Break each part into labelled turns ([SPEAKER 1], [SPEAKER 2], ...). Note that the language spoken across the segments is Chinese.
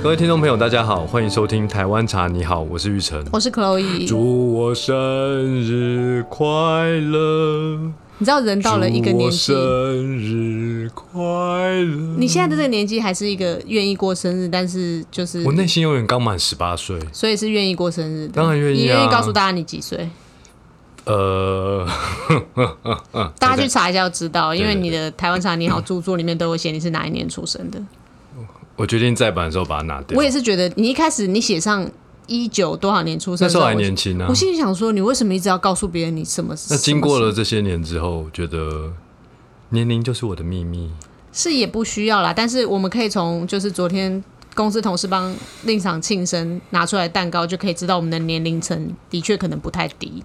[SPEAKER 1] 各位听众朋友，大家好，欢迎收听《台湾茶》，你好，我是玉成。
[SPEAKER 2] 我是 Chloe。
[SPEAKER 1] 祝我生日快乐！
[SPEAKER 2] 你知道人到了一个
[SPEAKER 1] 祝
[SPEAKER 2] 年
[SPEAKER 1] 我
[SPEAKER 2] 纪
[SPEAKER 1] 生，日快乐！
[SPEAKER 2] 你现在的这个年纪还是一个愿意过生日，但是就是
[SPEAKER 1] 我内心永远刚满十八岁。
[SPEAKER 2] 所以是愿意过生日的。
[SPEAKER 1] 当然愿意啊
[SPEAKER 2] 你愿意告诉大家你几岁？
[SPEAKER 1] 呃，
[SPEAKER 2] 大家去查一下就知道，因为
[SPEAKER 1] 对对
[SPEAKER 2] 你的台湾茶你好著作里面都有写你是哪一年出生的。
[SPEAKER 1] 我决定再版的时候把它拿掉。
[SPEAKER 2] 我也是觉得你一开始你写上一九多少年出生
[SPEAKER 1] 那
[SPEAKER 2] 的
[SPEAKER 1] 时
[SPEAKER 2] 时候，
[SPEAKER 1] 候还
[SPEAKER 2] 我就
[SPEAKER 1] 年轻啊
[SPEAKER 2] 我。心里想说，你为什么一直要告诉别人你什么？
[SPEAKER 1] 那经过
[SPEAKER 2] 什么
[SPEAKER 1] 了这些年之后，觉得年龄就是我的秘密。
[SPEAKER 2] 是也不需要啦，但是我们可以从就是昨天公司同事帮令赏庆生拿出来的蛋糕，就可以知道我们的年龄层的确可能不太低。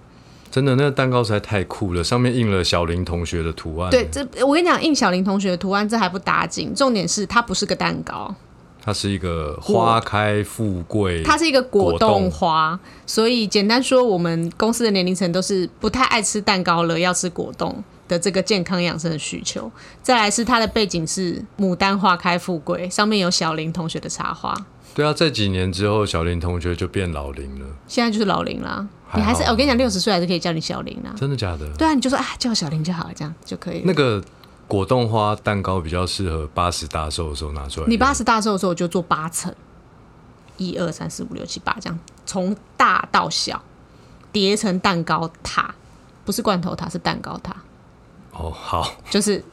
[SPEAKER 1] 真的，那个蛋糕实在太酷了，上面印了小林同学的图案。
[SPEAKER 2] 对，，这我跟你讲，印小林同学的图案这还不打紧，重点是它不是个蛋糕，
[SPEAKER 1] 它是一个花开富贵。
[SPEAKER 2] 它是一个果
[SPEAKER 1] 果冻
[SPEAKER 2] 冻花，所以简单说，我们公司的年龄层都是不太爱吃蛋糕了，要吃果冻。的这个健康养生的需求，再来是它的背景是牡丹花开富贵，上面有小林同学的插花，
[SPEAKER 1] 对啊，这几年之后，小林同学就变老龄了，
[SPEAKER 2] 现在就是老林啦。
[SPEAKER 1] 还
[SPEAKER 2] 你还是哎
[SPEAKER 1] 好
[SPEAKER 2] 我跟你讲，六十岁还是可以叫你小林啦。
[SPEAKER 1] 真的假的？
[SPEAKER 2] 对啊，你就说啊，叫我小林就好了，这样就可以了。
[SPEAKER 1] 那个果冻花蛋糕比较适合八十大寿的时候拿出来用。
[SPEAKER 2] 你八十大寿的时候，我就做八层，一二三四五六七八这样，从大到小叠成蛋糕塔，不是罐头塔，是蛋糕塔，
[SPEAKER 1] 哦，好，
[SPEAKER 2] 就是。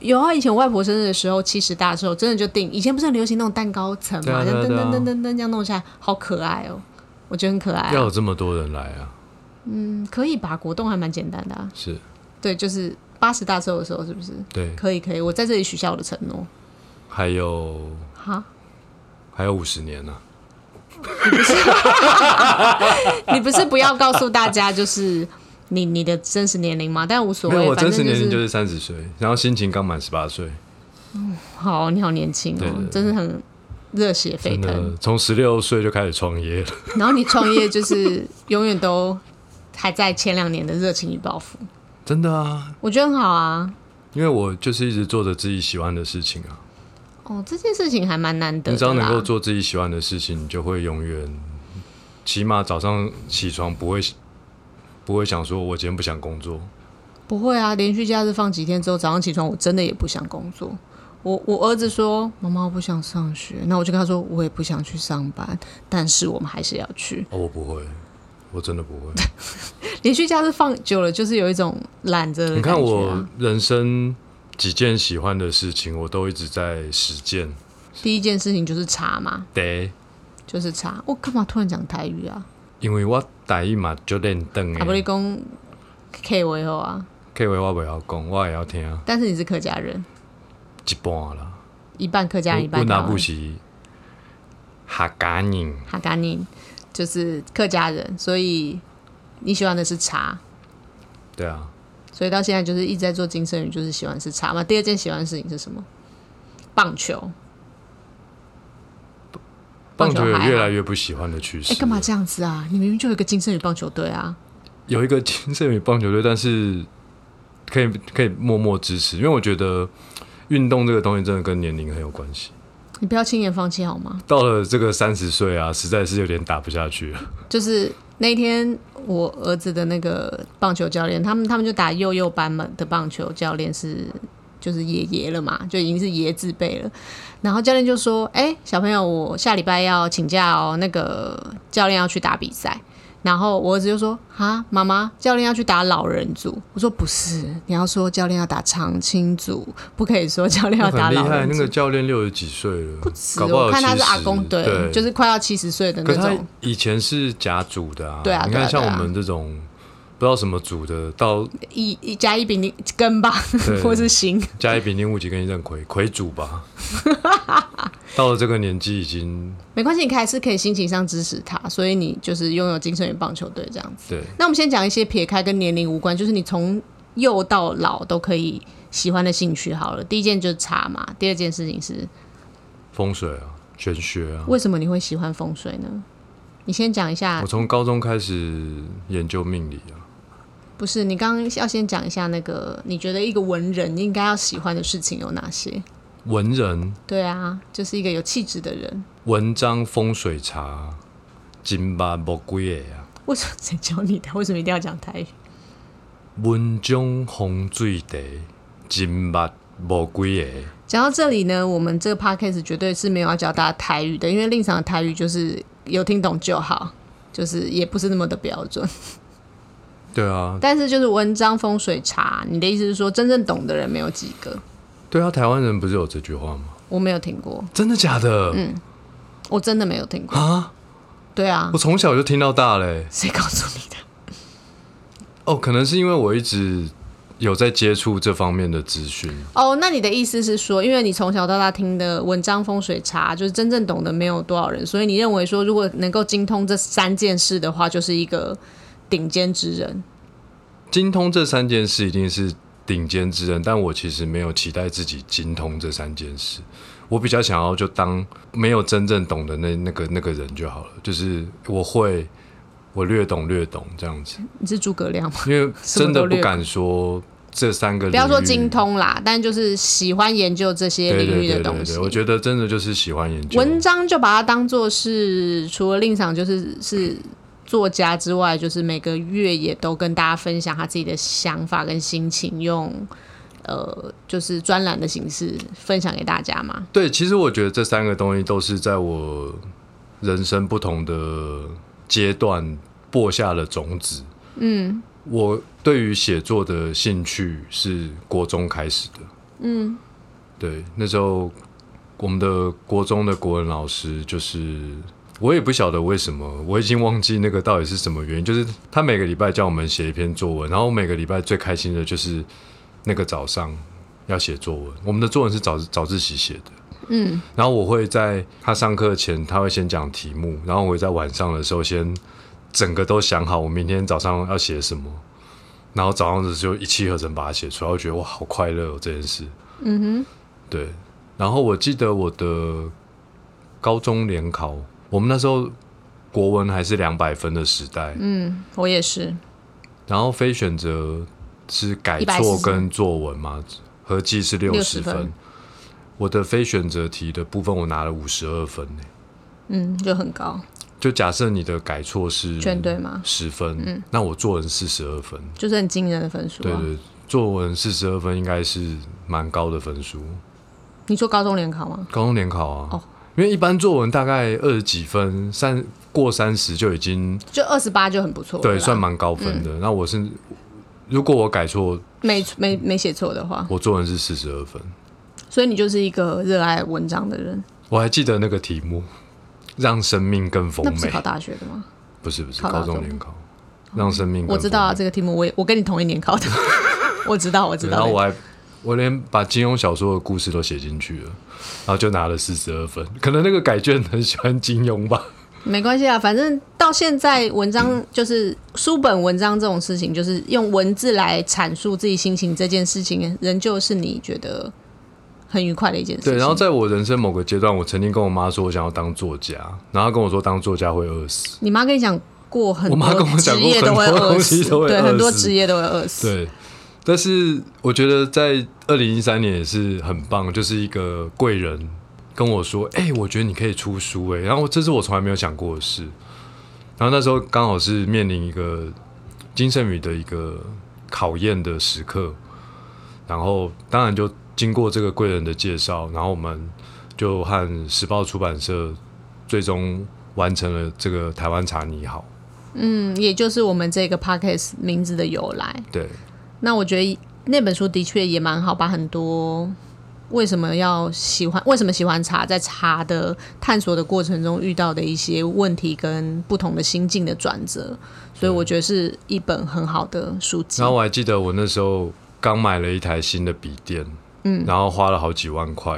[SPEAKER 2] 有啊，以前我外婆生日的时候，七十大寿真的就订，以前不是很流行那种蛋糕层
[SPEAKER 1] 对啊
[SPEAKER 2] 嘛，这样噔
[SPEAKER 1] 对啊
[SPEAKER 2] 噔
[SPEAKER 1] 对啊
[SPEAKER 2] 噔噔噔这样弄下来，好可爱哦、我觉得很可爱、
[SPEAKER 1] 要
[SPEAKER 2] 啊，
[SPEAKER 1] 有这么多人来啊！
[SPEAKER 2] 嗯可以吧？果冻还蛮简单的啊，
[SPEAKER 1] 是
[SPEAKER 2] 对，就是八十大寿的时候，是不是？
[SPEAKER 1] 对，
[SPEAKER 2] 可以可以，我在这里许下我的承诺。
[SPEAKER 1] 还有
[SPEAKER 2] 哈，
[SPEAKER 1] 还有五十年啊呢、啊
[SPEAKER 2] 你不是不要告诉大家就是你你的真实年龄吗？但无所
[SPEAKER 1] 没有，
[SPEAKER 2] 谓，
[SPEAKER 1] 我
[SPEAKER 2] 反
[SPEAKER 1] 真实
[SPEAKER 2] 正
[SPEAKER 1] 年龄就是是三十岁，然后心情刚满十八岁，
[SPEAKER 2] 好，你好年轻
[SPEAKER 1] 对对
[SPEAKER 2] 哦
[SPEAKER 1] 对，
[SPEAKER 2] 真的很热血沸
[SPEAKER 1] 真
[SPEAKER 2] 腾。
[SPEAKER 1] 的从十六岁就开始创业了。
[SPEAKER 2] 然后你创业就是 永远都还在前两年的热情与抱负，
[SPEAKER 1] 真的啊，
[SPEAKER 2] 我觉得很好啊。
[SPEAKER 1] 因为我就是一直做着自己喜欢的事情啊。
[SPEAKER 2] 哦，这件事情还蛮难得
[SPEAKER 1] 你只
[SPEAKER 2] 的
[SPEAKER 1] 要能够
[SPEAKER 2] 啦。
[SPEAKER 1] 做自己喜欢的事情，你就会永远，起码早上起床不会不会想说我今天不想工作。
[SPEAKER 2] 不会啊，连续假日放几天之后，早上起床我真的也不想工作。我我儿子说：“妈妈，我不想上学。”那我就跟他说：“我也不想去上班，但是我们还是要去。”
[SPEAKER 1] 哦，我不会，我真的不会。
[SPEAKER 2] 连续假日放久了，就是有一种懒着的、
[SPEAKER 1] 你
[SPEAKER 2] 感觉啊
[SPEAKER 1] 看我人生几件喜欢的事情，我都一直在实践。
[SPEAKER 2] 第一件事情就是查嘛，
[SPEAKER 1] 对，
[SPEAKER 2] 就是查。我干嘛突然讲台语啊？
[SPEAKER 1] 因为我台语嘛就练灯
[SPEAKER 2] 阿伯利
[SPEAKER 1] 诶，
[SPEAKER 2] 公 K 维后啊，
[SPEAKER 1] 客话我不要讲，我也要听啊
[SPEAKER 2] 但是你是客家人，
[SPEAKER 1] 一半啦。
[SPEAKER 2] 一半客家人，一
[SPEAKER 1] 我
[SPEAKER 2] 半
[SPEAKER 1] 那
[SPEAKER 2] 台
[SPEAKER 1] 不
[SPEAKER 2] 湾。
[SPEAKER 1] 是哈嘎人，
[SPEAKER 2] 哈嘎宁就是客家人，所以你喜欢的是茶，
[SPEAKER 1] 对啊，
[SPEAKER 2] 所以到现在就是一直在做金生鱼，就是喜欢是茶嘛。第二件喜欢的事情是什么？棒球。
[SPEAKER 1] 棒球
[SPEAKER 2] 还
[SPEAKER 1] 有
[SPEAKER 2] 好
[SPEAKER 1] 越来越不喜欢的趋势
[SPEAKER 2] 哎，。干嘛这样子啊？你明明就有一个金生鱼棒球队啊！
[SPEAKER 1] 有一个 金圣宇棒球队，但是可以可以默默支持，因为我觉得运动这个东西真的跟年龄很有关系。
[SPEAKER 2] 你不要轻言放弃好吗？
[SPEAKER 1] 到了这个三十岁啊，实在是有点打不下去了。
[SPEAKER 2] 就是那一天我儿子的那个棒球教练，他们他们就打幼幼班嘛的棒球教练是就是爷爷了嘛，就已经是爷字辈了。然后教练就说：“哎、小朋友，我下礼拜要请假哦，那个教练要去打比赛。”然后我儿子就说：“啊，妈妈，教练要去打老人组。”我说：“不是，你要说教练要打长青组，不可以说教练要 打
[SPEAKER 1] 很厉
[SPEAKER 2] 老
[SPEAKER 1] 害，
[SPEAKER 2] 人
[SPEAKER 1] 那
[SPEAKER 2] 组
[SPEAKER 1] 个。教练六十几岁了，
[SPEAKER 2] 不止，
[SPEAKER 1] 搞不好
[SPEAKER 2] 我看他是阿
[SPEAKER 1] 70
[SPEAKER 2] 公，
[SPEAKER 1] 对，
[SPEAKER 2] 就是快要七十岁的
[SPEAKER 1] 可
[SPEAKER 2] 那
[SPEAKER 1] 是他
[SPEAKER 2] 种。
[SPEAKER 1] 以前是甲组的啊，
[SPEAKER 2] 对啊
[SPEAKER 1] 你
[SPEAKER 2] 对
[SPEAKER 1] 看
[SPEAKER 2] 啊
[SPEAKER 1] 像
[SPEAKER 2] 对啊
[SPEAKER 1] 我们这种。不知道什么组的，到
[SPEAKER 2] 一一加一比零根吧
[SPEAKER 1] 对，
[SPEAKER 2] 或是行。
[SPEAKER 1] 加一比零五级跟一任魁魁组 吧，到了这个年纪已经
[SPEAKER 2] 没关系，你还是可以心情上支持他，所以你就是拥有精神与棒球队这样子。
[SPEAKER 1] 对
[SPEAKER 2] 那我们先讲一些撇开跟年龄无关，就是你从幼到老都可以喜欢的兴趣好了。第一件就是茶嘛，第二件事情是
[SPEAKER 1] 风水啊、玄学啊，
[SPEAKER 2] 为什么你会喜欢风水呢？你先讲一下
[SPEAKER 1] 我，从高中开始研究命理啊，
[SPEAKER 2] 不是你刚刚要先讲一下那个，你觉得一个文人应该要喜欢的事情有哪些？
[SPEAKER 1] 文人，
[SPEAKER 2] 对啊，就是一个有气质的人，
[SPEAKER 1] 文章风水茶，金巴木鬼的啊，
[SPEAKER 2] 为什么谁教你的？为什么一定要讲台语？
[SPEAKER 1] 文章风水茶，金巴木鬼的。
[SPEAKER 2] 讲到这里呢，我们这个 podcast 绝对是没有要教大家台语的，因为令赏的台语就是有听懂就好，就是也不是那么的标准。
[SPEAKER 1] 对啊，
[SPEAKER 2] 但是就是文章风水茶，你的意思是说真正懂的人没有几个？
[SPEAKER 1] 对啊，台湾人不是有这句话吗？
[SPEAKER 2] 我没有听过，
[SPEAKER 1] 真的假的？
[SPEAKER 2] 我真的没有听过。
[SPEAKER 1] 啊，
[SPEAKER 2] 对啊
[SPEAKER 1] 我，从小就听到大嘞、
[SPEAKER 2] 谁告诉你的？
[SPEAKER 1] 哦，可能是因为我一直有在接触这方面的资讯。
[SPEAKER 2] 哦，那你的意思是说，因为你从小到大听的文章风水茶，就是真正懂得没有多少人，所以你认为说，如果能够精通这三件事的话，就是一个顶尖之人。
[SPEAKER 1] 精通这三件事一定是顶尖之人，但我其实没有期待自己精通这三件事。我比较想要就当没有真正懂的那那个那个人就好了，就是我会，我略懂略懂这样子，
[SPEAKER 2] 你是诸葛亮吗？
[SPEAKER 1] 因为
[SPEAKER 2] 什么
[SPEAKER 1] 真
[SPEAKER 2] 都
[SPEAKER 1] 的不
[SPEAKER 2] 略
[SPEAKER 1] 敢说这三个领域。
[SPEAKER 2] 不要说精通啦，但就是喜欢研究这些
[SPEAKER 1] 对
[SPEAKER 2] 领
[SPEAKER 1] 对
[SPEAKER 2] 域
[SPEAKER 1] 对
[SPEAKER 2] 的
[SPEAKER 1] 对
[SPEAKER 2] 东西。
[SPEAKER 1] 对，我觉得真的就是喜欢研究。
[SPEAKER 2] 文章就把它当做是除了令赏就是是作家之外，就是每个月也都跟大家分享他自己的想法跟心情，用呃就是专栏的形式分享给大家嘛。
[SPEAKER 1] 对，其实我觉得这三个东西都是在我人生不同的阶段播下了种子。嗯，我对于写作的兴趣是国中开始的。嗯，对，那时候我们的国中的国文老师就是。我也不晓得为什么，我已经忘记那个到底是什么原因。就是他每个礼拜叫我们写一篇作文，然后每个礼拜最开心的就是那个早上要写作文。我们的作文是早早自习写的，然后我会在他上课前，他会先讲题目，然后我会在晚上的时候先整个都想好我明天早上要写什么，然后早上的时候就一气呵成把它写出来，我觉得哇，好快乐哦这件事。嗯哼，对。然后我记得我的高中联考，我们那时候国文还是两百分的时代，
[SPEAKER 2] 嗯，我也是，
[SPEAKER 1] 然后非选择是改错
[SPEAKER 2] 140
[SPEAKER 1] 跟作文嘛，合计是六十
[SPEAKER 2] 60分
[SPEAKER 1] 分。我的非选择题的部分我拿了五十二分呢、
[SPEAKER 2] 嗯，就很高，
[SPEAKER 1] 就假设你的改错是
[SPEAKER 2] 全对嗯吗？
[SPEAKER 1] 十分，那我作文四十二分，
[SPEAKER 2] 就是很惊人的分数、啊。
[SPEAKER 1] 对对，作文四十二分应该是蛮高的分数。
[SPEAKER 2] 你说高中联考吗？
[SPEAKER 1] 高中联考啊，
[SPEAKER 2] 哦
[SPEAKER 1] 因为一般作文大概二十几分，三过三十就已经
[SPEAKER 2] 就二十八就很不错了啦，嗯
[SPEAKER 1] 对算蛮高分的。那我是如果我改错，
[SPEAKER 2] 没没没写错的话，
[SPEAKER 1] 我作文是四十二分。
[SPEAKER 2] 所以你就是一个热爱文章的人。
[SPEAKER 1] 我还记得那个题目，让生命更丰
[SPEAKER 2] 那不是
[SPEAKER 1] 美
[SPEAKER 2] 考。大学的吗？
[SPEAKER 1] 不是不是，
[SPEAKER 2] 考
[SPEAKER 1] 高
[SPEAKER 2] 大
[SPEAKER 1] 中
[SPEAKER 2] 中
[SPEAKER 1] 联考，让生命更丰美
[SPEAKER 2] 我知道啊，这个题目我也我跟你同一年考的， 我知道我知
[SPEAKER 1] 对
[SPEAKER 2] 道。
[SPEAKER 1] 然后我还我连把金庸小说的故事都写进去了，然后就拿了四十二分。可能那个改卷很喜欢金庸吧。
[SPEAKER 2] 没关系啊，反正到现在文章就是书本文章这种事情，就是用文字来阐述自己心情这件事情，仍旧是你觉得很愉快的一件事情。
[SPEAKER 1] 对，然后在我人生某个阶段，我曾经跟我妈说我想要当作家，然后她跟我说当作家会饿死。
[SPEAKER 2] 你妈跟你讲过很
[SPEAKER 1] 我妈跟
[SPEAKER 2] 多
[SPEAKER 1] 我讲
[SPEAKER 2] 职
[SPEAKER 1] 过
[SPEAKER 2] 业都会
[SPEAKER 1] 很多
[SPEAKER 2] 饿
[SPEAKER 1] 东西
[SPEAKER 2] 死，
[SPEAKER 1] 都会
[SPEAKER 2] 对，
[SPEAKER 1] 饿
[SPEAKER 2] 很多
[SPEAKER 1] 死
[SPEAKER 2] 职业都会饿死。
[SPEAKER 1] 对，但是我觉得在二零一三年也是很棒，就是一个贵人跟我说：“哎、我觉得你可以出书。”哎，然后这是我从来没有想过的事。然后那时候刚好是面临一个金圣宇的一个考验的时刻，然后当然就经过这个贵人的介绍，然后我们就和时报出版社最终完成了这个台湾茶你好。
[SPEAKER 2] 嗯，也就是我们这个 podcast 名字的由来。
[SPEAKER 1] 对，
[SPEAKER 2] 那我觉得那本书的确也蛮好，把很多为什么要喜欢、为什么喜欢茶，在茶的探索的过程中遇到的一些问题跟不同的心境的转折，所以我觉得是一本很好的书籍
[SPEAKER 1] 然。后我还记得我那时候刚买了一台新的笔电，嗯，然后花了好几万块。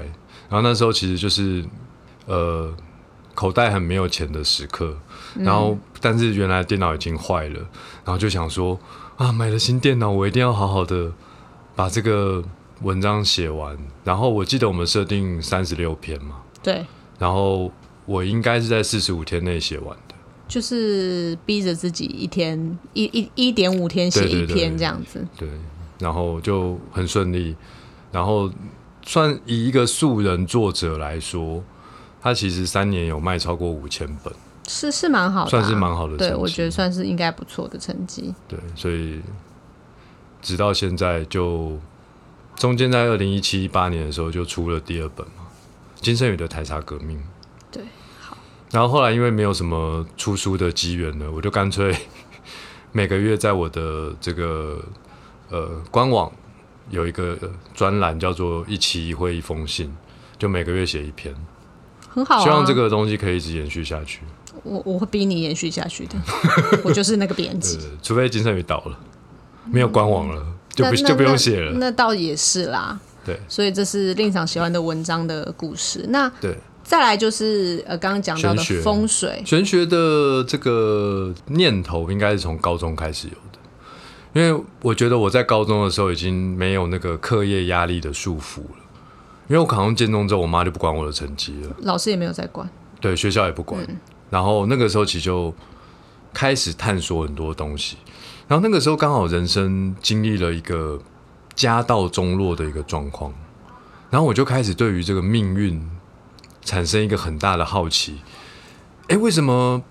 [SPEAKER 1] 然后那时候其实就是呃口袋很没有钱的时刻，然后、但是原来电脑已经坏了，然后就想说啊买了新电脑，我一定要好好的把这个文章写完。然后我记得我们设定三十六篇嘛，
[SPEAKER 2] 对，
[SPEAKER 1] 然后我应该是在四十五天内写完的。
[SPEAKER 2] 就是逼着自己一天一一一点五天写
[SPEAKER 1] 对对
[SPEAKER 2] 一
[SPEAKER 1] 对
[SPEAKER 2] 篇
[SPEAKER 1] 对
[SPEAKER 2] 这样子。
[SPEAKER 1] 对，然后就很顺利，然后算以一个素人作者来说，他其实三年有卖超过五千本，
[SPEAKER 2] 是是蛮好的、啊
[SPEAKER 1] 算是蛮好的成绩
[SPEAKER 2] 对，我觉得算是应该不错的成绩。
[SPEAKER 1] 对，所以直到现在就中间在二零一七一八年的时候就出了第二本嘛，金圣宇的《台茶革命》。
[SPEAKER 2] 对，
[SPEAKER 1] 然后后来因为没有什么出书的机缘呢，我就干脆 每个月在我的这个呃官网有一个专栏叫做“一期一会一封信”，就每个月写一篇，
[SPEAKER 2] 很好、啊。
[SPEAKER 1] 希望这个东西可以一直延续下去。
[SPEAKER 2] 我我会逼你延续下 去的，我就是那个编
[SPEAKER 1] 对
[SPEAKER 2] 辑。，
[SPEAKER 1] 除非金圣宇倒了，没有官网了，就不
[SPEAKER 2] 那
[SPEAKER 1] 就不用写了。
[SPEAKER 2] 那。那倒也是啦，
[SPEAKER 1] 对
[SPEAKER 2] 所以这是令赏喜欢的文章的故事。那
[SPEAKER 1] 对，
[SPEAKER 2] 再来就是呃，刚刚讲到的
[SPEAKER 1] 玄学
[SPEAKER 2] 风水，
[SPEAKER 1] 玄学的这个念头应该是从高中开始有的，因为我觉得我在高中的时候已经没有那个课业压力的束缚了，因为我考上建中之后，我妈就不管我的成绩了，
[SPEAKER 2] 老师也没有在管。
[SPEAKER 1] 对学校也不管，然后那个时候其实就开始探索很多东西，然后那个时候刚好人生经历了一个家道中落的一个状况，然后我就开始对于这个命运产生一个很大的好奇。诶，为什么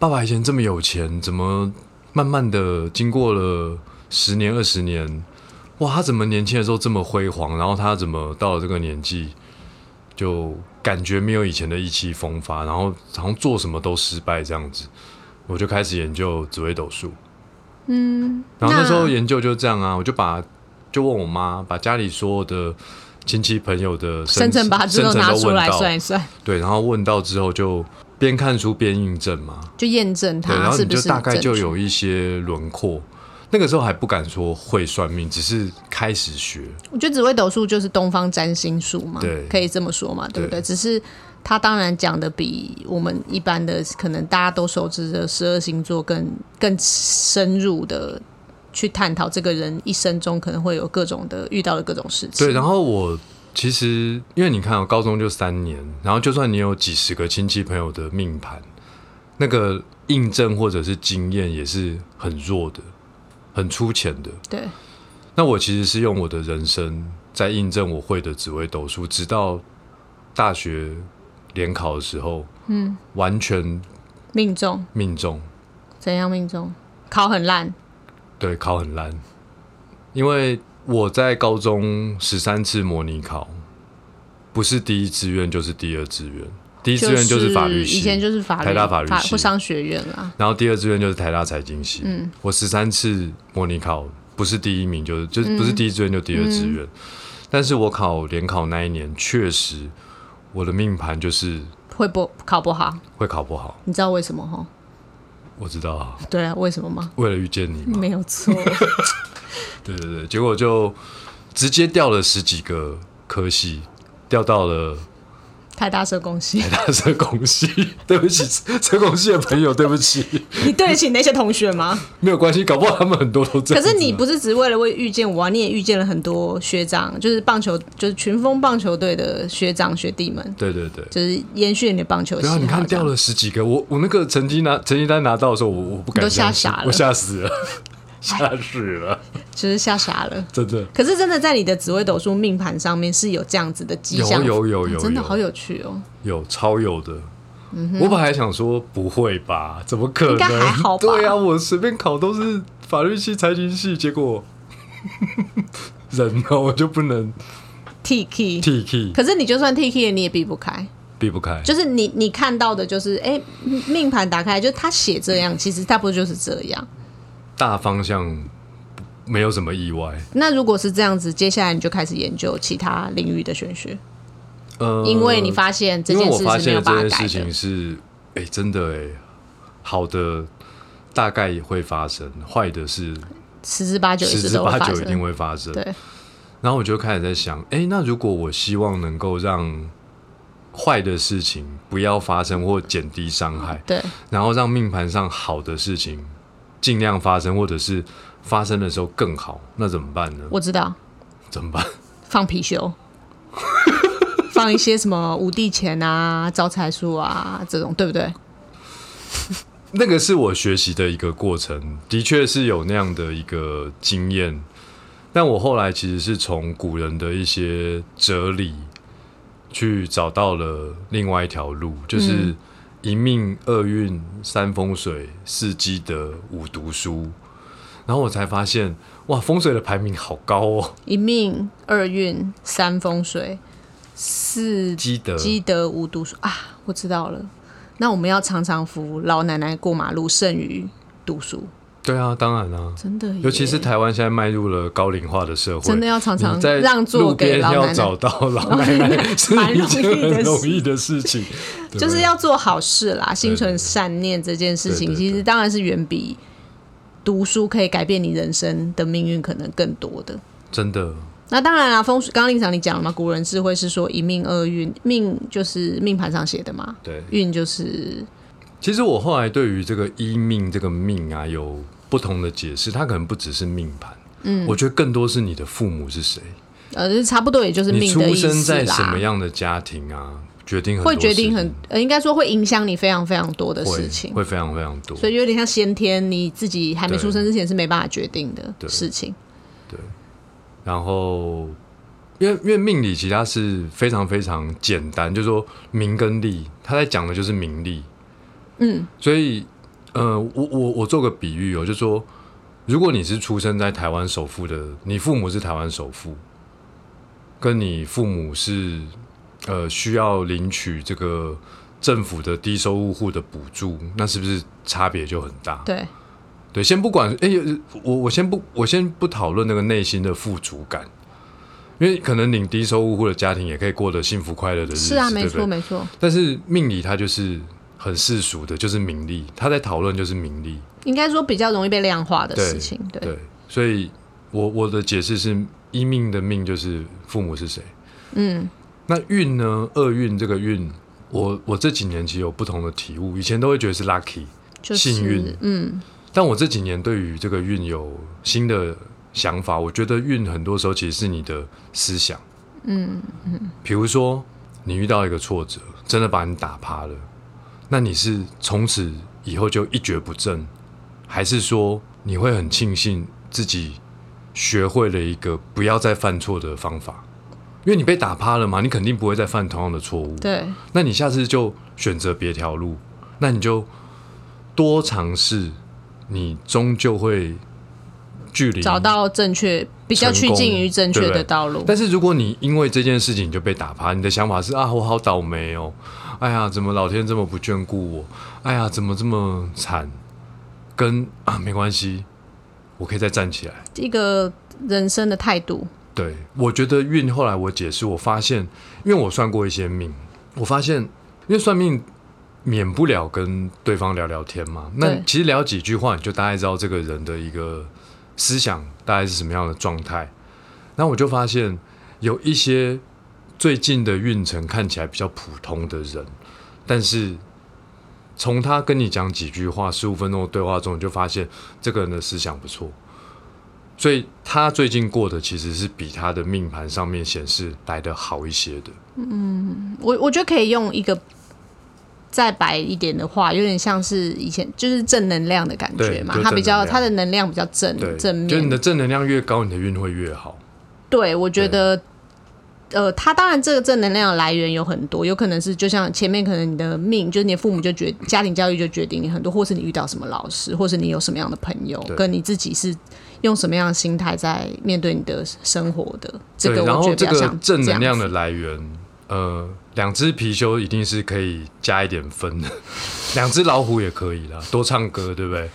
[SPEAKER 1] 爸爸以前这么有钱，怎么慢慢的经过了十年二十年，哇，他怎么年轻的时候这么辉煌，然后他怎么到了这个年纪就感觉没有以前的意气风发，然后好像做什么都失败这样子，我就开始研究紫微斗数。
[SPEAKER 2] 嗯，
[SPEAKER 1] 然后那时候
[SPEAKER 2] 也
[SPEAKER 1] 研究就这样啊，我就把就问我妈，把家里所有的亲戚朋友的
[SPEAKER 2] 生辰八字
[SPEAKER 1] 生
[SPEAKER 2] 都
[SPEAKER 1] 辰
[SPEAKER 2] 拿出
[SPEAKER 1] 问
[SPEAKER 2] 来
[SPEAKER 1] 到
[SPEAKER 2] 算一算，
[SPEAKER 1] 对，然后问到之后就边看书边印证嘛，
[SPEAKER 2] 就验证
[SPEAKER 1] 对，然
[SPEAKER 2] 它
[SPEAKER 1] 后
[SPEAKER 2] 是
[SPEAKER 1] 你
[SPEAKER 2] 不
[SPEAKER 1] 就是大概就
[SPEAKER 2] 正确
[SPEAKER 1] 有一些轮廓。那个时候还不敢说会算命，只是开始学。
[SPEAKER 2] 我觉得紫微斗数就是东方占星术嘛，
[SPEAKER 1] 对
[SPEAKER 2] 可以这么说嘛，对不对？
[SPEAKER 1] 对
[SPEAKER 2] 只是它当然讲的比我们一般的可能大家都熟知的十二星座更更深入的去探讨这个人一生中可能会有各种的遇到的各种事情。
[SPEAKER 1] 对，然后我其实因为你看、哦，高中就三年，然后就算你有几十个亲戚朋友的命盘，那个印证或者是经验也是很弱的，很粗浅的。
[SPEAKER 2] 对
[SPEAKER 1] 那我其实是用我的人生在印证我会的紫微斗数，直到大学联考的时候，嗯，完全
[SPEAKER 2] 命中
[SPEAKER 1] 命中，
[SPEAKER 2] 怎样命中？考很烂，
[SPEAKER 1] 对，考很烂，因为我在高中十三次模拟考，不是第一志愿就是第二志愿，第一志愿就是法律系，
[SPEAKER 2] 以前就是法律，
[SPEAKER 1] 台大法律系
[SPEAKER 2] 或商学院啊啦。
[SPEAKER 1] 然后第二志愿就是台大财经系。
[SPEAKER 2] 嗯
[SPEAKER 1] 我十三次模拟考不是第一名，就是就是不是第一志愿就第二志
[SPEAKER 2] 嗯
[SPEAKER 1] 愿，但是我考联考那一年，确实我的命盘就是
[SPEAKER 2] 会不考不好，
[SPEAKER 1] 会考不好。
[SPEAKER 2] 你知道为什么哈？
[SPEAKER 1] 我知道啊，
[SPEAKER 2] 对啊，为什么吗？
[SPEAKER 1] 为了遇见你嘛，
[SPEAKER 2] 没有错，
[SPEAKER 1] 对对对，结果就直接掉了十几个科系，掉到了
[SPEAKER 2] 太大声恭喜，
[SPEAKER 1] 台大社工系。 对不起，社工系的朋友，对不起，
[SPEAKER 2] 你 对得起那些同学吗？
[SPEAKER 1] 没有关系，搞不好他们很多都这
[SPEAKER 2] 可
[SPEAKER 1] 样子啊。
[SPEAKER 2] 是你不是只为了为遇见我、啊，你也遇见了很多学长，就是棒球，就是群峰棒球队的学长学弟们，
[SPEAKER 1] 对对对，
[SPEAKER 2] 就是延续你的棒球
[SPEAKER 1] 对啊，
[SPEAKER 2] 喜
[SPEAKER 1] 你
[SPEAKER 2] 好
[SPEAKER 1] 看
[SPEAKER 2] 这
[SPEAKER 1] 掉
[SPEAKER 2] 样。
[SPEAKER 1] 了十几个，我我那个成绩拿成绩单拿到的时候，我我不敢
[SPEAKER 2] 都吓
[SPEAKER 1] 相信
[SPEAKER 2] 傻了哎
[SPEAKER 1] 我吓死 了，吓死了，
[SPEAKER 2] 就是吓傻了。
[SPEAKER 1] 真的
[SPEAKER 2] 可是真的在你的紫微斗数命盘上面是有这样子的迹象，
[SPEAKER 1] 有有有有
[SPEAKER 2] 哦真的
[SPEAKER 1] 有
[SPEAKER 2] 好有趣哦。
[SPEAKER 1] 有超有的。我本来想说不会吧，怎么可
[SPEAKER 2] 嗯应该
[SPEAKER 1] 能？
[SPEAKER 2] 还好吧
[SPEAKER 1] 对啊，我随便考都是法律系、财经系，结果 人哦，我就不能
[SPEAKER 2] T K，
[SPEAKER 1] T K
[SPEAKER 2] 可是你就算 T K 了，你也避不开。
[SPEAKER 1] 避不开，
[SPEAKER 2] 就是你你看到的，就是哎、命盘打开，就是他写这样，其实差不多就是这样。
[SPEAKER 1] 大方向没有什么意外。
[SPEAKER 2] 那如果是这样子，接下来你就开始研究其他领域的玄学，
[SPEAKER 1] 呃，
[SPEAKER 2] 因为你发现这
[SPEAKER 1] 因为
[SPEAKER 2] 件
[SPEAKER 1] 我
[SPEAKER 2] 事
[SPEAKER 1] 发
[SPEAKER 2] 是没有
[SPEAKER 1] 现这
[SPEAKER 2] 办
[SPEAKER 1] 件
[SPEAKER 2] 法改
[SPEAKER 1] 事
[SPEAKER 2] 的
[SPEAKER 1] 情。是，哎、真的哎、好的大概也会发生，坏的是
[SPEAKER 2] 十之八九也
[SPEAKER 1] 十
[SPEAKER 2] 是
[SPEAKER 1] 之
[SPEAKER 2] 都会
[SPEAKER 1] 八
[SPEAKER 2] 发
[SPEAKER 1] 九一定
[SPEAKER 2] 生。
[SPEAKER 1] 会发生。
[SPEAKER 2] 对，
[SPEAKER 1] 然后我就开始在想，哎、那如果我希望能够让坏的事情不要发生或减低伤害，
[SPEAKER 2] 对，
[SPEAKER 1] 然后让命盘上好的事情尽量发生，或者是发生的时候更好，那怎么办呢？
[SPEAKER 2] 我知道，
[SPEAKER 1] 怎么办？
[SPEAKER 2] 放 貔貅，放一些什么五帝钱啊、招财树啊这种，对不对？
[SPEAKER 1] 那个是我学习的一个过程，的确是有那样的一个经验。但我后来其实是从古人的一些哲理去找到了另外一条路，就是一命二运三风水四积德五读书，然后我才发现哇，风水的排名好高哦，
[SPEAKER 2] 一命二运三风水四
[SPEAKER 1] 积德
[SPEAKER 2] 积德无读书啊，我知道了。那我们要常常扶老奶奶过马路，胜于读书，
[SPEAKER 1] 对啊，当然啊，
[SPEAKER 2] 真的 耶。
[SPEAKER 1] 尤其是台湾现在迈入了高龄化的社会，
[SPEAKER 2] 真的要常常
[SPEAKER 1] 你在
[SPEAKER 2] 让座
[SPEAKER 1] 路
[SPEAKER 2] 给
[SPEAKER 1] 边
[SPEAKER 2] 老
[SPEAKER 1] 要
[SPEAKER 2] 奶奶
[SPEAKER 1] 找， 到老奶奶是
[SPEAKER 2] 蛮
[SPEAKER 1] 一
[SPEAKER 2] 容易
[SPEAKER 1] 件
[SPEAKER 2] 的
[SPEAKER 1] 很容
[SPEAKER 2] 事
[SPEAKER 1] 易的事情，对 啊
[SPEAKER 2] 就是要做好事啦，心
[SPEAKER 1] 对
[SPEAKER 2] 存
[SPEAKER 1] 对
[SPEAKER 2] 善念这件事情，
[SPEAKER 1] 对对
[SPEAKER 2] 其
[SPEAKER 1] 对
[SPEAKER 2] 实当然是远比读书可以改变你人生的命运可能更多的。
[SPEAKER 1] 真的
[SPEAKER 2] 那当然啦，风水刚刚令长你讲了嘛，古人智慧是说一命二运，命就是命盘上写的嘛，
[SPEAKER 1] 对。
[SPEAKER 2] 运就是
[SPEAKER 1] 其实我后来对于这个一命这个命啊，有不同的解释，它可能不只是命盘，嗯，我觉得更多是你的父母是谁，
[SPEAKER 2] 呃，就是差不多也就是
[SPEAKER 1] 你
[SPEAKER 2] 命的
[SPEAKER 1] 出
[SPEAKER 2] 意思啦。
[SPEAKER 1] 生在什么样的家庭啊，决定很多
[SPEAKER 2] 会决定
[SPEAKER 1] 事
[SPEAKER 2] 很，呃，应该说会影响你非常非常多的
[SPEAKER 1] 会
[SPEAKER 2] 事情，
[SPEAKER 1] 会非常非常多，
[SPEAKER 2] 所以有点像先天，你自己还没
[SPEAKER 1] 对
[SPEAKER 2] 出生之前是没办法决定的
[SPEAKER 1] 对
[SPEAKER 2] 事情。
[SPEAKER 1] 然后。因为因为命理其实它是非常非常简单，就是说名跟利，它在讲的就是名利。
[SPEAKER 2] 嗯，
[SPEAKER 1] 所以，呃，我我我做个比喻哦，就说，如果你是出生在台湾首富的，你父母是台湾首富，跟你父母是呃需要领取这个政府的低收入户的补助，那是不是差别就很大？
[SPEAKER 2] 对，
[SPEAKER 1] 对，先不管，哎、我我先不我先不讨论那个内心的富足感。因为可能领低收入户的家庭也可以过得幸福快乐的日子，
[SPEAKER 2] 是啊，没
[SPEAKER 1] 对不对
[SPEAKER 2] 错没错，
[SPEAKER 1] 但是命理它就是很世俗的，就是名利，他在讨论就是名利
[SPEAKER 2] 应该说比较容易被量化的事情。对，
[SPEAKER 1] 对，所以我我的解释是，一命的命就是父母是谁，
[SPEAKER 2] 嗯，
[SPEAKER 1] 那运呢，厄运这个运，我我这几年其实有不同的体悟，以前都会觉得是 lucky，
[SPEAKER 2] 就是
[SPEAKER 1] 幸运
[SPEAKER 2] 嗯，
[SPEAKER 1] 但我这几年对于这个运有新的想法，我觉得运很多时候其实是你的思想。嗯嗯，比如说你遇到一个挫折，真的把你打趴了，那你是从此以后就一蹶不振，还是说你会很庆幸自己学会了一个不要再犯错的方法？因为你被打趴了嘛，你肯定不会再犯同样的错误。
[SPEAKER 2] 对，
[SPEAKER 1] 那你下次就选择别条路，那你就多尝试，你终究会距离
[SPEAKER 2] 找。到正确，比较趋近于正确
[SPEAKER 1] 成功对不对
[SPEAKER 2] 的道路。
[SPEAKER 1] 但是如果你因为这件事情就被打趴，你的想法是啊，我好倒霉哦，哎呀，怎么老天这么不眷顾我？哎呀，怎么这么惨？跟啊，没关系，我可以再站起来。
[SPEAKER 2] 一个人生的态度，
[SPEAKER 1] 对，我觉得运后来我解释，我发现，因为我算过一些命，我发现，因为算命免不了跟对方聊聊天嘛，那
[SPEAKER 2] 对
[SPEAKER 1] 其实聊几句话，你就大概知道这个人的一个思想大概是什么样的状态。那我就发现有一些最近的运程看起来比较普通的人，但是从他跟你讲几句话，十五分钟的对话中，你就发现这个人的思想不错，所以他最近过的其实是比他的命盘上面显示来的好一些的。
[SPEAKER 2] 我我觉得可以用一个再白一点的话，有点像是以前就是正能量的感觉
[SPEAKER 1] 对
[SPEAKER 2] 嘛
[SPEAKER 1] 就，
[SPEAKER 2] 它比较
[SPEAKER 1] 正能量
[SPEAKER 2] 它的能量比较正
[SPEAKER 1] 对，
[SPEAKER 2] 嗯正
[SPEAKER 1] 就你
[SPEAKER 2] 面
[SPEAKER 1] 的。正能量越高，你的运会越好。
[SPEAKER 2] 对，我觉得。呃，它当然这个正能量的来源有很多，有可能是就像前面可能你的命，就是你的父母就决家庭教育就决定你很多，或是你遇到什么老师，或是你有什么样的朋友，
[SPEAKER 1] 对
[SPEAKER 2] 跟你自己是用什么样的心态在面对你的生活的。这个
[SPEAKER 1] 对，然
[SPEAKER 2] 我觉
[SPEAKER 1] 后
[SPEAKER 2] 得比
[SPEAKER 1] 这
[SPEAKER 2] 较
[SPEAKER 1] 个
[SPEAKER 2] 像
[SPEAKER 1] 正能量
[SPEAKER 2] 这样
[SPEAKER 1] 的来源，呃，两只貔貅一定是可以加一点分的， 两只老虎也可以啦，多唱歌，对不对？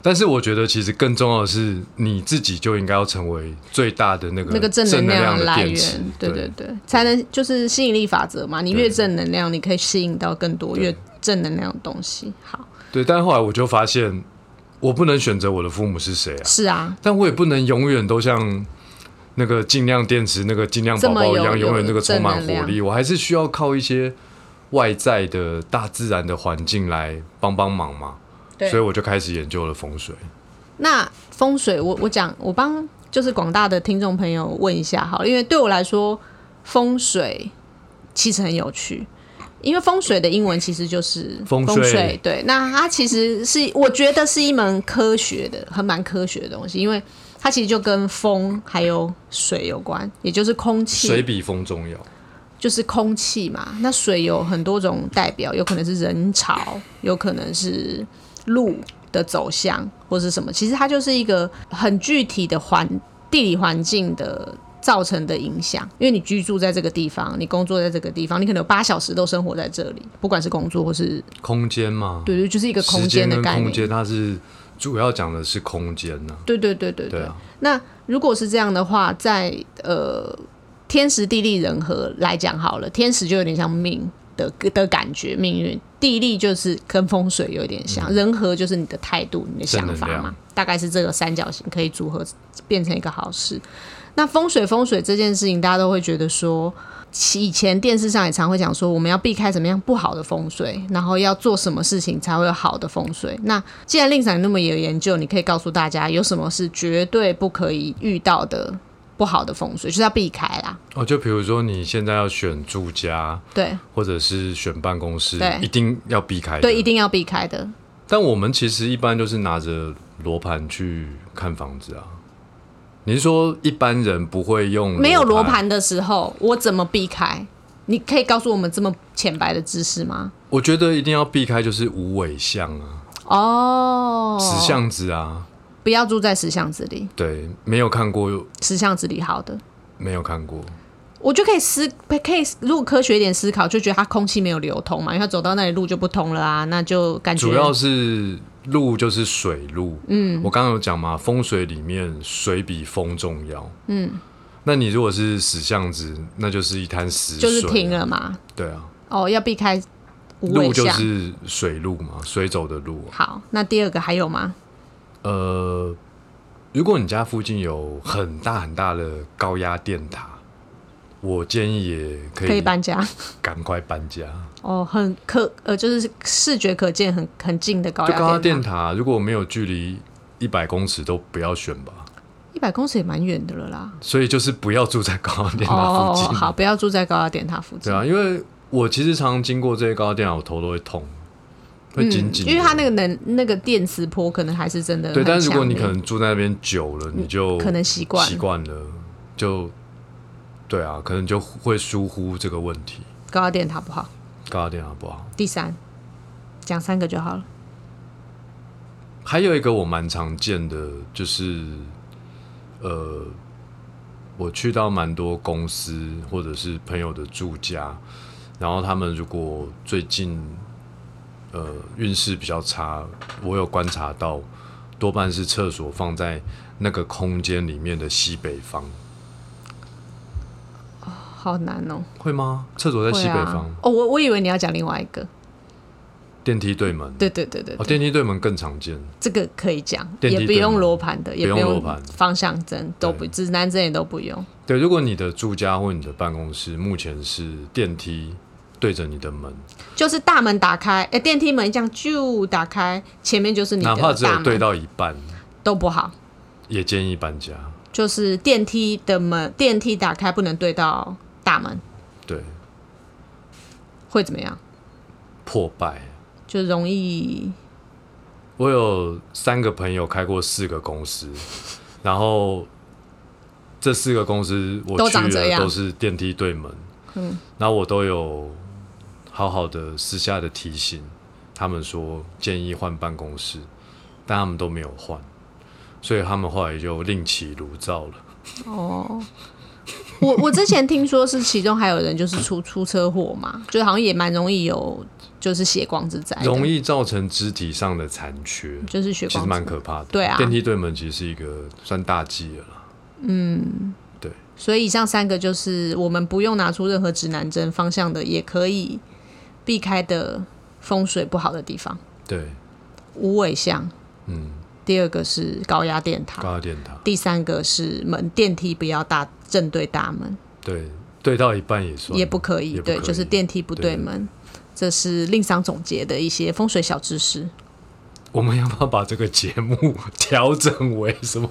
[SPEAKER 1] 但是我觉得，其实更重要的是，你自己就应该要成为最大的那个
[SPEAKER 2] 那个正能
[SPEAKER 1] 能
[SPEAKER 2] 量的
[SPEAKER 1] 的
[SPEAKER 2] 来
[SPEAKER 1] 电
[SPEAKER 2] 源
[SPEAKER 1] 池。，
[SPEAKER 2] 对对对，才能就是吸引力法则嘛。你越
[SPEAKER 1] 对
[SPEAKER 2] 正能量，你可以吸引到更多
[SPEAKER 1] 对
[SPEAKER 2] 越正能量的东西。好，
[SPEAKER 1] 对。但后来我就发现，我不能选择我的父母是谁啊，
[SPEAKER 2] 是啊，
[SPEAKER 1] 但我也不能永远都像那个尽量电池、那个尽量宝宝一
[SPEAKER 2] 这么
[SPEAKER 1] 样，
[SPEAKER 2] 有
[SPEAKER 1] 永远那个充满
[SPEAKER 2] 有正
[SPEAKER 1] 活
[SPEAKER 2] 能
[SPEAKER 1] 力。我还是需要靠一些外在的大自然的环境来帮帮忙嘛。
[SPEAKER 2] 对
[SPEAKER 1] 所以我就开始研究了风水。
[SPEAKER 2] 那风水，我我讲，我帮就是广大的听众朋友问一下好了，因为对我来说，风水其实很有趣，因为风水的英文其实就是
[SPEAKER 1] 风水
[SPEAKER 2] 水，对，那它其实是我觉得是一门科学的，很蛮科学的东西，因为它其实就跟风还有水有关，也就是空气
[SPEAKER 1] 水比风重要，
[SPEAKER 2] 就是空气嘛，那水有很多种代表，有可能是人潮，有可能是路的走向或是什么，其实它就是一个很具体的环地理环境的造成的影响，因为你居住在这个地方，你工作在这个地方，你可能有八小时都生活在这里，不管是工作或是
[SPEAKER 1] 空间嘛，
[SPEAKER 2] 对对，就是一个
[SPEAKER 1] 时
[SPEAKER 2] 空间的
[SPEAKER 1] 跟
[SPEAKER 2] 概
[SPEAKER 1] 空
[SPEAKER 2] 念。
[SPEAKER 1] 间它是主要讲的是空间呐、
[SPEAKER 2] 对对对对
[SPEAKER 1] 对啊，
[SPEAKER 2] 那如果是这样的话，在呃天时地利人和来讲好了，天时就有点像命的的感觉，命运；地利就是跟风水有点像，人和就是你的态度、你的想法
[SPEAKER 1] 正能
[SPEAKER 2] 嘛
[SPEAKER 1] 量，
[SPEAKER 2] 大概是这个三角形可以组合变成一个好事。那风水风水这件事情，大家都会觉得说，其以前电视上也常会讲说，我们要避开怎么样不好的风水，然后要做什么事情才会有好的风水。那既然令赏那么有研究，你可以告诉大家有什么是绝对不可以遇到的不好的风水，就是要避开啦。
[SPEAKER 1] 哦，就比如说你现在要选住家，
[SPEAKER 2] 对
[SPEAKER 1] 或者是选办公室
[SPEAKER 2] 对，
[SPEAKER 1] 一定要避开的。
[SPEAKER 2] 对，一定要避开的。
[SPEAKER 1] 但我们其实一般就是拿着罗盘去看房子啊。你是说一般人不会用
[SPEAKER 2] 没有罗？盘的时候，我怎么避开？你可以告诉我们这么浅白的知识吗？
[SPEAKER 1] 我觉得一定要避开就是无尾巷啊、
[SPEAKER 2] 哦，
[SPEAKER 1] 石巷子啊，
[SPEAKER 2] 不要住在石巷子里，
[SPEAKER 1] 对，没有看过，
[SPEAKER 2] 石巷子里好的。
[SPEAKER 1] 没有看过。
[SPEAKER 2] 我就可以思，可以如果科学一点思考，就觉得它空气没有流通嘛，因为它走到那里路就不通了啊，那就感觉
[SPEAKER 1] 主要是路就是水路，嗯，我刚刚有讲嘛，风水里面水比风重要，嗯，那你如果是死巷子，那就是一滩死水，啊
[SPEAKER 2] 就是停，了嘛。
[SPEAKER 1] 对啊，
[SPEAKER 2] 哦，要避开无
[SPEAKER 1] 路
[SPEAKER 2] 尾
[SPEAKER 1] 就
[SPEAKER 2] 巷。
[SPEAKER 1] 是水路嘛，水走的路啊、
[SPEAKER 2] 好，那第二个还有吗？
[SPEAKER 1] 呃，如果你家附近有很大很大的高压电塔，我建议也可
[SPEAKER 2] 可以
[SPEAKER 1] 以
[SPEAKER 2] 搬家
[SPEAKER 1] 赶快搬家。
[SPEAKER 2] 哦，很可呃，就是视觉可见很很近的高
[SPEAKER 1] 就高
[SPEAKER 2] 压
[SPEAKER 1] 压
[SPEAKER 2] 电
[SPEAKER 1] 电塔，如果没有距离一百公尺，都不要选吧。
[SPEAKER 2] 一百公尺也蛮远的了啦。
[SPEAKER 1] 所以就是不要住在高压电塔
[SPEAKER 2] 哦
[SPEAKER 1] 附，近。啊
[SPEAKER 2] 好，不要住在高压电塔附
[SPEAKER 1] 对。
[SPEAKER 2] 近
[SPEAKER 1] 啊，因为我其实常经过这些高压电塔，我头都会痛，会紧紧、的
[SPEAKER 2] 嗯因为它那个能那个电磁波可能还是真的
[SPEAKER 1] 对，
[SPEAKER 2] 很
[SPEAKER 1] 但是如果
[SPEAKER 2] 强
[SPEAKER 1] 你
[SPEAKER 2] 烈
[SPEAKER 1] 可能住在那边久了，你就
[SPEAKER 2] 可能习惯
[SPEAKER 1] 习惯了，就对啊，可能就会疏忽这个问题。
[SPEAKER 2] 高压电塔不好，
[SPEAKER 1] 高压电塔不好。
[SPEAKER 2] 第三讲三个就好了。
[SPEAKER 1] 还有一个我蛮常见的，就是呃，我去到蛮多公司或者是朋友的住家，然后他们如果最近呃运势比较差，我有观察到，多半是厕所放在那个空间里面的西北方，
[SPEAKER 2] 好难哦、
[SPEAKER 1] 会吗？厕所在
[SPEAKER 2] 会
[SPEAKER 1] 西北
[SPEAKER 2] 啊
[SPEAKER 1] 方，
[SPEAKER 2] 哦，我我以为你要讲另外一个，
[SPEAKER 1] 电梯对门。
[SPEAKER 2] 对对对对，
[SPEAKER 1] 哦，
[SPEAKER 2] 对
[SPEAKER 1] 电梯对门更常见，
[SPEAKER 2] 这个可以讲，
[SPEAKER 1] 电梯
[SPEAKER 2] 也不
[SPEAKER 1] 对
[SPEAKER 2] 用
[SPEAKER 1] 门
[SPEAKER 2] 罗盘的，也
[SPEAKER 1] 不
[SPEAKER 2] 不
[SPEAKER 1] 用罗
[SPEAKER 2] 用
[SPEAKER 1] 盘
[SPEAKER 2] 方向针，都不指南针也都不用。
[SPEAKER 1] 对。如果你的住家或你的办公室目前是电梯对着你的门，
[SPEAKER 2] 就是大门打开，哎、电梯门这样就打开，前面就是你
[SPEAKER 1] 哪
[SPEAKER 2] 的
[SPEAKER 1] 怕只
[SPEAKER 2] 大
[SPEAKER 1] 有对
[SPEAKER 2] 门，
[SPEAKER 1] 到一半，
[SPEAKER 2] 都不好。
[SPEAKER 1] 也建议搬家。
[SPEAKER 2] 就是电梯的门，电梯打开不能对到大门，
[SPEAKER 1] 对，
[SPEAKER 2] 会怎么样？
[SPEAKER 1] 破败。
[SPEAKER 2] 就容易
[SPEAKER 1] 我有三个朋友开过四个公 司，然后这四个公司我
[SPEAKER 2] 都
[SPEAKER 1] 去
[SPEAKER 2] 长这
[SPEAKER 1] 了
[SPEAKER 2] 样
[SPEAKER 1] 都是电梯对门，嗯，然后我都有好好的私下的提醒他们说建议换办公室，但他们都没有换，所以他们后来就另起炉灶了。
[SPEAKER 2] 哦。 我我之前听说是其中还有人就是出出车祸嘛，就好像也蛮容易有就是血光之灾的，
[SPEAKER 1] 容易造成肢体上的残缺，
[SPEAKER 2] 就是血
[SPEAKER 1] 其实
[SPEAKER 2] 光之
[SPEAKER 1] 蛮可怕的。
[SPEAKER 2] 对啊
[SPEAKER 1] 电梯对门其实是一个算大忌了啦。
[SPEAKER 2] 所以以上三个就是我们不用拿出任何指南针方向的，也可以避开的风水不好的地方。
[SPEAKER 1] 对，
[SPEAKER 2] 无尾巷，
[SPEAKER 1] 嗯，
[SPEAKER 2] 第二个是高压电塔，
[SPEAKER 1] 高压电塔，
[SPEAKER 2] 第三个是门电梯不要大正对大门，
[SPEAKER 1] 对，对到一半也算
[SPEAKER 2] 也不可以，
[SPEAKER 1] 也不
[SPEAKER 2] 对，
[SPEAKER 1] 可以
[SPEAKER 2] 就是电梯不对门。这是令赏总结的一些风水小知识。
[SPEAKER 1] 我们要不要把这个节目调整为什 么？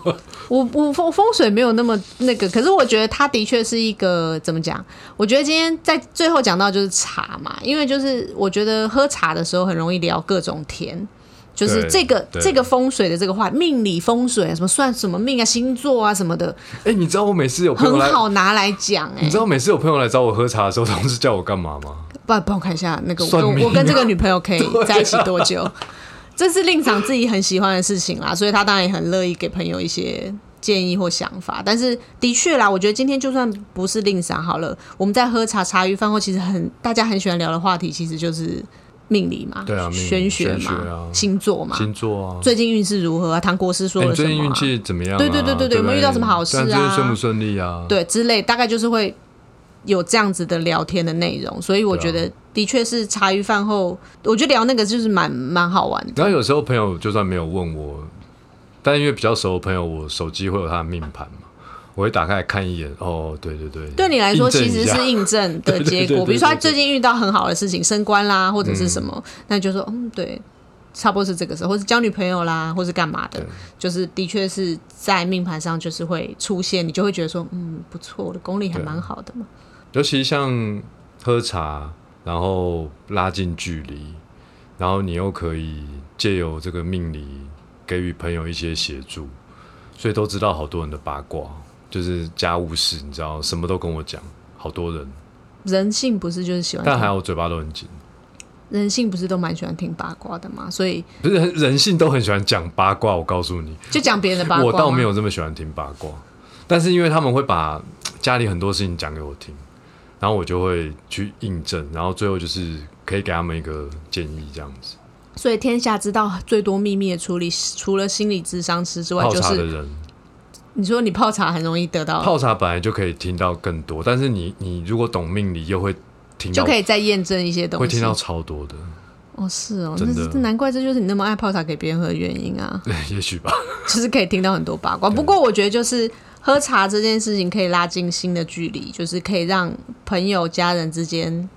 [SPEAKER 2] 我我风风水没有那么那个，可是我觉得它的确是一个怎么讲？我觉得今天在最后讲到就是茶嘛，因为就是我觉得喝茶的时候很容易聊各种甜，就是
[SPEAKER 1] 对
[SPEAKER 2] 这个
[SPEAKER 1] 对
[SPEAKER 2] 这个风水的这个话，命理风水啊，什么算什么命啊，星座啊什么的，
[SPEAKER 1] 哎、你知道我每次有朋友
[SPEAKER 2] 很
[SPEAKER 1] 来，
[SPEAKER 2] 好欸拿来讲哎、
[SPEAKER 1] 你知道每次有朋友来找我喝茶的时候，都是叫我干嘛吗？
[SPEAKER 2] 帮帮我看一下那个我
[SPEAKER 1] 算
[SPEAKER 2] 跟
[SPEAKER 1] 命啊
[SPEAKER 2] 我跟这个女朋友 可以在一起多久？这是令长自己很喜欢的事情啦，啊所以他当然也很乐意给朋友一些建议或想法。但是的确啦，我觉得今天就算不是令长好了，我们在喝茶茶余饭后，其实很大家很喜欢聊的话题，其实就是命理嘛，
[SPEAKER 1] 对啊命理
[SPEAKER 2] 玄学
[SPEAKER 1] 玄学
[SPEAKER 2] 嘛，
[SPEAKER 1] 啊
[SPEAKER 2] 星座嘛，
[SPEAKER 1] 星座啊，
[SPEAKER 2] 最近运势如何啊？唐国师说
[SPEAKER 1] 哎你
[SPEAKER 2] 了什
[SPEAKER 1] 最
[SPEAKER 2] 么、啊？
[SPEAKER 1] 近运气怎么样、啊？
[SPEAKER 2] 对对对对对
[SPEAKER 1] 对不，
[SPEAKER 2] 有没有遇到什么好事啊
[SPEAKER 1] 但最近顺不顺利啊？
[SPEAKER 2] 对之类，大概就是会有这样子的聊天的内容，所以我觉
[SPEAKER 1] 啊
[SPEAKER 2] 得的确是茶余饭后，我觉得聊那个就是蛮蛮好玩的。
[SPEAKER 1] 然后有时候朋友就算没有问我，但因为比较熟的朋友，我手机会有他的命盘嘛，我会打开来看一眼。哦，对对对，
[SPEAKER 2] 对你来说，
[SPEAKER 1] 印证
[SPEAKER 2] 其
[SPEAKER 1] 一
[SPEAKER 2] 实
[SPEAKER 1] 下
[SPEAKER 2] 是印证的
[SPEAKER 1] 对对对
[SPEAKER 2] 结
[SPEAKER 1] 对对
[SPEAKER 2] 果。
[SPEAKER 1] 对
[SPEAKER 2] 比如说他最近遇到很好的事情，升官啦，或者是什么，那就说嗯，对，差不多是这个时候，或是交女朋友啦，或是干嘛的，就是的确是在命盘上就是会出现，你就会觉得说嗯，不错，我的功力还
[SPEAKER 1] 对
[SPEAKER 2] 蛮好的嘛。
[SPEAKER 1] 尤其像喝茶，然后拉近距离，然后你又可以借由这个命理给予朋友一些协助，所以都知道好多人的八卦，就是家务事，你知道，什么都跟我讲，好多人，
[SPEAKER 2] 人性不是就是喜欢
[SPEAKER 1] 但还
[SPEAKER 2] 听，
[SPEAKER 1] 好我嘴巴都很紧，
[SPEAKER 2] 人性不是都蛮喜欢听八卦的嘛，所以
[SPEAKER 1] 不是人人性都很喜欢讲八卦，我告诉你。
[SPEAKER 2] 就讲别人的八卦吗。
[SPEAKER 1] 我倒没有这么喜欢听八卦，但是因为他们会把家里很多事情讲给我听，然后我就会去印证，然后最后就是可以给他们一个建议这样子。
[SPEAKER 2] 所以天下知道最多秘密的处理，除了心理智商师之外，
[SPEAKER 1] 泡
[SPEAKER 2] 就
[SPEAKER 1] 茶的
[SPEAKER 2] 是嗯
[SPEAKER 1] 人，
[SPEAKER 2] 你说你泡茶很容易得到，
[SPEAKER 1] 泡茶本来就可以听到更多，但是你你如果懂命理，又会听
[SPEAKER 2] 就
[SPEAKER 1] 到
[SPEAKER 2] 可以再验证一些东
[SPEAKER 1] 会
[SPEAKER 2] 西
[SPEAKER 1] 听。到超多的，
[SPEAKER 2] 哦，是哦，
[SPEAKER 1] 真
[SPEAKER 2] 那
[SPEAKER 1] 的
[SPEAKER 2] 是难怪这就是你那么爱泡茶给别人喝的原因啊，
[SPEAKER 1] 对，也许吧。
[SPEAKER 2] 就是可以听到很多八卦。不过我觉得就是喝茶这件事情可以拉近新的距离，就是可以让朋友、家人之间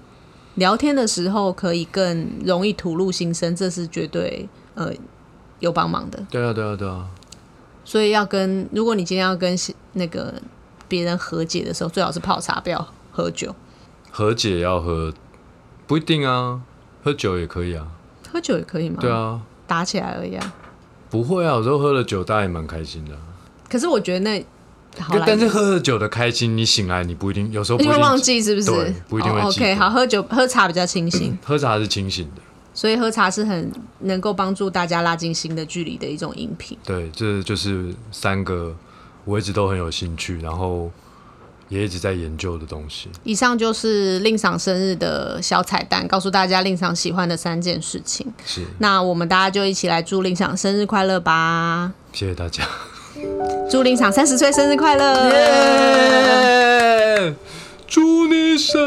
[SPEAKER 2] 聊天的时候可以更容易吐露心声，这是绝对呃有帮忙的。
[SPEAKER 1] 对啊，对啊，对啊，
[SPEAKER 2] 所以要跟，如果你今天要跟西那个别人和解的时候，最好是泡茶，不要喝酒。
[SPEAKER 1] 和解要喝，不一定啊，喝酒也可以啊，
[SPEAKER 2] 喝酒也可以吗？
[SPEAKER 1] 对，啊，
[SPEAKER 2] 打起来而已啊。
[SPEAKER 1] 不会啊，有时候喝了酒大家也蛮开心的啊、
[SPEAKER 2] 可是我觉得那好
[SPEAKER 1] 可
[SPEAKER 2] 啦
[SPEAKER 1] 但是喝了酒的开心，你醒来你不一定，有时候不
[SPEAKER 2] 因
[SPEAKER 1] 一
[SPEAKER 2] 为
[SPEAKER 1] 定
[SPEAKER 2] 忘记是不是
[SPEAKER 1] 对？不一定会
[SPEAKER 2] 哦
[SPEAKER 1] 记得
[SPEAKER 2] OK，好，喝酒喝茶比较清醒，
[SPEAKER 1] 喝茶是清醒的。
[SPEAKER 2] 所以喝茶是很能够帮助大家拉近心的距离的一种饮品。
[SPEAKER 1] 对，这就是三个我一直都很有兴趣，然后也一直在研究的东西。
[SPEAKER 2] 以上就是令赏生日的小彩蛋，告诉大家令赏喜欢的三件事情。
[SPEAKER 1] 是，
[SPEAKER 2] 那我们大家就一起来祝令赏生日快乐吧！
[SPEAKER 1] 谢谢大家。
[SPEAKER 2] 祝令赏三十岁生日快乐！
[SPEAKER 1] 祝你生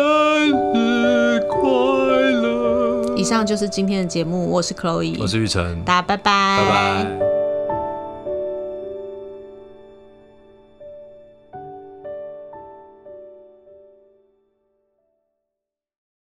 [SPEAKER 1] 日快乐！
[SPEAKER 2] 以上就是今天的节目，我是 Chloe，
[SPEAKER 1] 我是玉成，
[SPEAKER 2] 大家拜拜，
[SPEAKER 1] 拜拜。